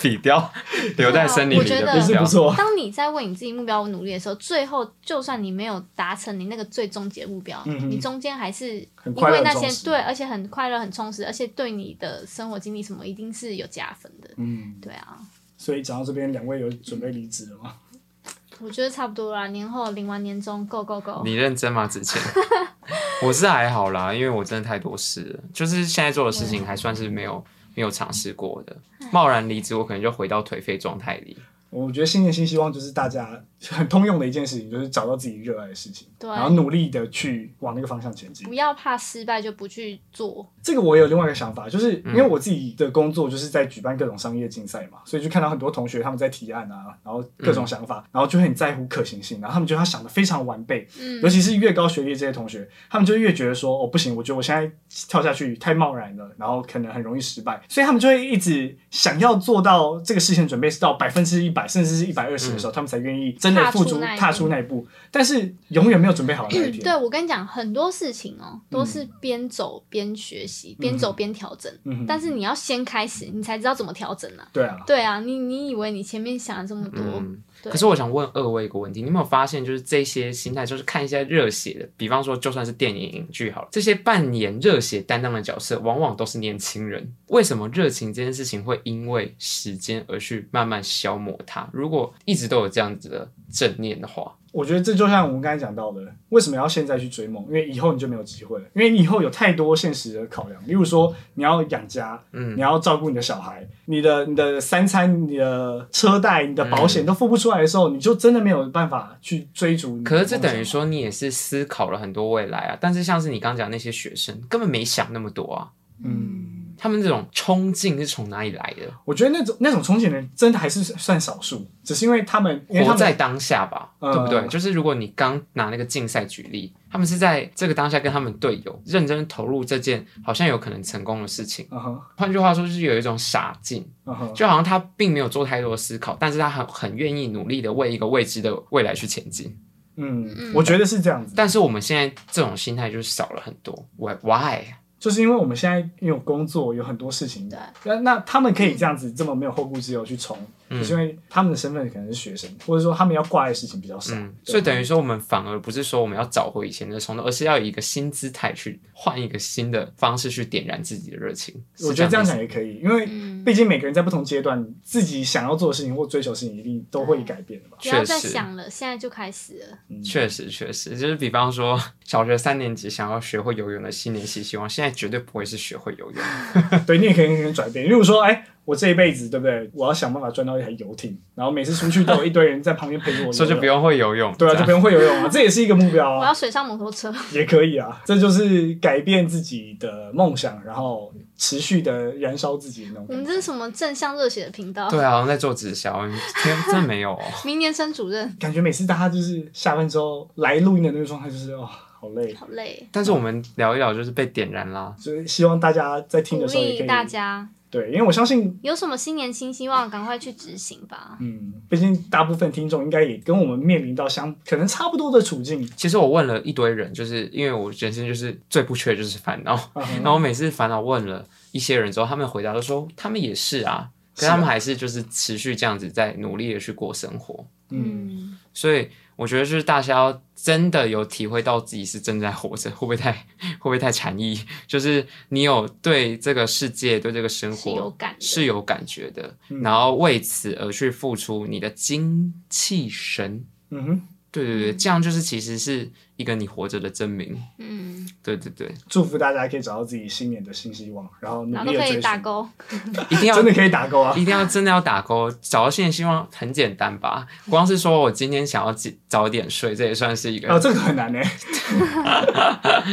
[SPEAKER 1] 比雕留在森林里
[SPEAKER 2] 我觉
[SPEAKER 1] 的
[SPEAKER 2] 得
[SPEAKER 3] 也
[SPEAKER 1] 比
[SPEAKER 3] 是
[SPEAKER 1] 雕
[SPEAKER 3] 不，错。
[SPEAKER 2] 当你在为你自己目标努力的时候，最后就算你没有达成你那个最终结目标，
[SPEAKER 3] 嗯哼
[SPEAKER 2] 你中间还是
[SPEAKER 3] 很
[SPEAKER 2] 因
[SPEAKER 3] 快乐
[SPEAKER 2] 为那
[SPEAKER 3] 很充
[SPEAKER 2] 些
[SPEAKER 3] 实
[SPEAKER 2] 对，而且很快乐、很充实，而且对你的生活经历什么一定是有加分的。
[SPEAKER 3] 嗯，
[SPEAKER 2] 对啊，
[SPEAKER 3] 所以讲到这边，两位有准备离职了吗？
[SPEAKER 2] 我觉得差不多啦。年后领完年终，Go Go Go！
[SPEAKER 1] 你认真吗？之 前我是还好啦，因为我真的太多事了，就是现在做的事情还算是没有没有尝试过的。
[SPEAKER 3] 嗯
[SPEAKER 1] 贸然离职，我可能就回到颓废状态里。
[SPEAKER 3] 我觉得新年新希望就是大家很通用的一件事情，就是找到自己热爱的事情，
[SPEAKER 2] 对
[SPEAKER 3] 然后努力的去往那个方向前进
[SPEAKER 2] 不。要怕失败就不去做，
[SPEAKER 3] 这个我有另外一个想法，就是
[SPEAKER 1] 嗯
[SPEAKER 3] 因为我自己的工作就是在举办各种商业竞赛嘛，所以就看到很多同学他们在提案啊，然后各
[SPEAKER 1] 嗯
[SPEAKER 3] 种想法，然后就很在乎可行性，然后他们觉得他想的非常完备，
[SPEAKER 2] 嗯
[SPEAKER 3] 尤，其是越高学历这些同学，他们就越觉得说，哦，不行，我觉得我现在跳下去太贸然了，然后可能很容易失败，所以他们就会一直想要做到这个事情准备是到百分之一百，甚至是一百二十的时候，他们才愿意真
[SPEAKER 2] 嗯
[SPEAKER 3] 的
[SPEAKER 2] 踏出
[SPEAKER 3] 付出
[SPEAKER 2] 那一步
[SPEAKER 3] 踏出那一步，但是永远没有准备好那一 天。
[SPEAKER 2] 对我跟你讲，很多事情哦，都是边走边学习，边走边调整。
[SPEAKER 3] 嗯哼
[SPEAKER 2] 但是你要先开始，你才知道怎么调整啊。
[SPEAKER 3] 对啊，
[SPEAKER 2] 对啊，你你以为你前面想了这么多，
[SPEAKER 1] 嗯，
[SPEAKER 2] 对
[SPEAKER 1] 可是我想问二位一个问题，你有没有发现，就是这些心态，就是看一些热血的，比方说就算是电影影剧好了，这些扮演热血担当的角色，往往都是年轻人。为什么热情这件事情会因为时间而去慢慢消磨它？如果一直都有这样子的正念的话，
[SPEAKER 3] 我觉得这就像我们刚才讲到的，为什么要现在去追梦？因为以后你就没有机会了，因为你以后有太多现实的考量，例如说你要养家，
[SPEAKER 1] 嗯
[SPEAKER 3] 你要照顾你的小孩，你的你的三餐、你的呃车贷、你的保险都付不出来的时候，你就真的没有办法去追逐你的
[SPEAKER 1] 可
[SPEAKER 3] 梦想。
[SPEAKER 1] 是这等于说你也是思考了很多未来啊。但是像是你刚讲的那些学生，根本没想那么多啊，
[SPEAKER 3] 嗯，
[SPEAKER 1] 他们这种冲劲是从哪里来的？
[SPEAKER 3] 我觉得那种那种憧憬的人真的还是算少数，只是因为他们，因为他
[SPEAKER 1] 活
[SPEAKER 3] 们
[SPEAKER 1] 在当下吧，
[SPEAKER 3] 呃
[SPEAKER 1] 对不对？就是如果你刚拿那个竞赛举例，他们是在这个当下跟他们队友认真投入这件好像有可能成功的事情。
[SPEAKER 3] 嗯哼
[SPEAKER 1] 换句话说，就是有一种傻劲，
[SPEAKER 3] 嗯哼，
[SPEAKER 1] 就好像他并没有做太多的思考，但是他很很愿意努力的为一个未知的未来去前进。
[SPEAKER 3] 嗯
[SPEAKER 2] 嗯，
[SPEAKER 3] 我觉得是这样子，
[SPEAKER 1] 但是我们现在这种心态就是少了很多。Why- Why？
[SPEAKER 3] 就是因为我们现在因为有工作，有很多事情
[SPEAKER 2] 对，
[SPEAKER 3] 那那他们可以这样子这么没有后顾之忧去冲，
[SPEAKER 1] 嗯
[SPEAKER 3] 就是因为他们的身份可能是学生，或者说他们要挂的事情比较少，
[SPEAKER 1] 嗯，
[SPEAKER 3] 对
[SPEAKER 1] 所以等于说我们反而不是说我们要找回以前的冲动，而是要以一个新姿态去换一个新的方式去点燃自己的热情。
[SPEAKER 3] 我觉得这样
[SPEAKER 1] 是
[SPEAKER 3] 讲也可以，因为
[SPEAKER 2] 嗯，
[SPEAKER 3] 毕竟每个人在不同阶段，自己想要做的事情或追求的事情一定都会改变的吧。
[SPEAKER 2] 不要
[SPEAKER 1] 确
[SPEAKER 2] 再
[SPEAKER 1] 实
[SPEAKER 2] 想了，现在就开始了。
[SPEAKER 3] 嗯
[SPEAKER 1] 确实，确实，就是比方说，小学三年级想要学会游泳的新年新希望，现在绝对不会是学会游泳。
[SPEAKER 3] 对你也可以可以转变。例如说，哎，我这一辈子对不对？我要想办法赚到一台游艇，然后每次出去都有一堆人在旁边陪着我游泳。
[SPEAKER 1] 所以就不用会游泳，
[SPEAKER 3] 对
[SPEAKER 1] 这
[SPEAKER 3] 啊，就
[SPEAKER 1] 样
[SPEAKER 3] 不用会游泳啊，这也是一个目标
[SPEAKER 2] 我
[SPEAKER 3] 啊，
[SPEAKER 2] 要水上摩托车，
[SPEAKER 3] 也可以啊，这就是改变自己的梦想，然后持续的燃烧自己的那种
[SPEAKER 2] 我
[SPEAKER 3] 感
[SPEAKER 2] 们
[SPEAKER 3] 觉。
[SPEAKER 2] 这是什么正向热血的频道？
[SPEAKER 1] 对啊，好像在做直销，天，真没有哦。
[SPEAKER 2] 明年升主任，
[SPEAKER 3] 感觉每次大家就是下班之后来录音的那个状态，就是哦，好累。
[SPEAKER 2] 好累，
[SPEAKER 1] 但是我们聊一聊，就是被点燃啦。
[SPEAKER 3] 所以希望大家在听
[SPEAKER 2] 鼓
[SPEAKER 3] 的时候也可
[SPEAKER 2] 励
[SPEAKER 3] 以
[SPEAKER 2] 大家
[SPEAKER 3] 对，因为我相信，
[SPEAKER 2] 有什么新年新希望，赶快去执行吧。
[SPEAKER 3] 嗯，毕竟大部分听众应该也跟我们面临到相可能差不多的处境。
[SPEAKER 1] 其实我问了一堆人，就是因为我人生就是最不缺的就是烦恼，
[SPEAKER 3] 嗯哼
[SPEAKER 1] 然后我每次烦恼问了一些人之后，他们回答都说他们也是啊，可
[SPEAKER 3] 是
[SPEAKER 1] 是
[SPEAKER 3] 啊
[SPEAKER 1] 他们还是就是持续这样子在努力的去过生活，
[SPEAKER 3] 嗯，
[SPEAKER 2] 嗯，
[SPEAKER 1] 所以我觉得就是大家要真的有体会到自己是正在活着，会不会太 会不会太禅意？就是你有对这个世界、对这个生
[SPEAKER 2] 是有
[SPEAKER 1] 活
[SPEAKER 2] 感的，
[SPEAKER 1] 是有感觉的，
[SPEAKER 3] 嗯
[SPEAKER 1] 然后为此而去付出你的精气神。
[SPEAKER 3] 嗯哼，
[SPEAKER 1] 对对对，
[SPEAKER 2] 嗯
[SPEAKER 1] 这样就是其实是一个你活着的证明。
[SPEAKER 2] 嗯，
[SPEAKER 1] 对对对，
[SPEAKER 3] 祝福大家可以找到自己新年的新希望，然后努
[SPEAKER 2] 然后
[SPEAKER 3] 力
[SPEAKER 2] 都
[SPEAKER 3] 的
[SPEAKER 2] 可以
[SPEAKER 3] 追
[SPEAKER 2] 打
[SPEAKER 3] 寻。
[SPEAKER 2] 勾，
[SPEAKER 1] 一定要
[SPEAKER 3] 真的可以打勾 啊！
[SPEAKER 1] 一定要真的要打勾，找到新的希望很简单吧？光是说我今天想要几早点睡，这也算是一个、
[SPEAKER 3] 哦，这个很难呢、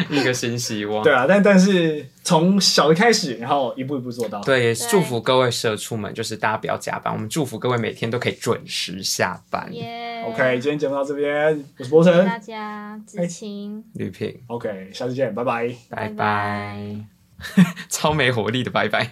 [SPEAKER 1] 一个新希望。
[SPEAKER 3] 对啊，但但是从小的开始，然后一步一步做到。
[SPEAKER 1] 对，也祝福各位社畜们，就是大家不要加班，我们祝福各位每天都可以准时下班。
[SPEAKER 2] 耶
[SPEAKER 3] OK，今天节目到这边，我是波
[SPEAKER 2] 谢谢大
[SPEAKER 3] 晨。
[SPEAKER 2] 家知青，
[SPEAKER 1] 吕萍，
[SPEAKER 3] OK，下次见，拜拜。
[SPEAKER 1] 拜
[SPEAKER 2] 拜拜
[SPEAKER 1] 拜，超没活力的拜拜。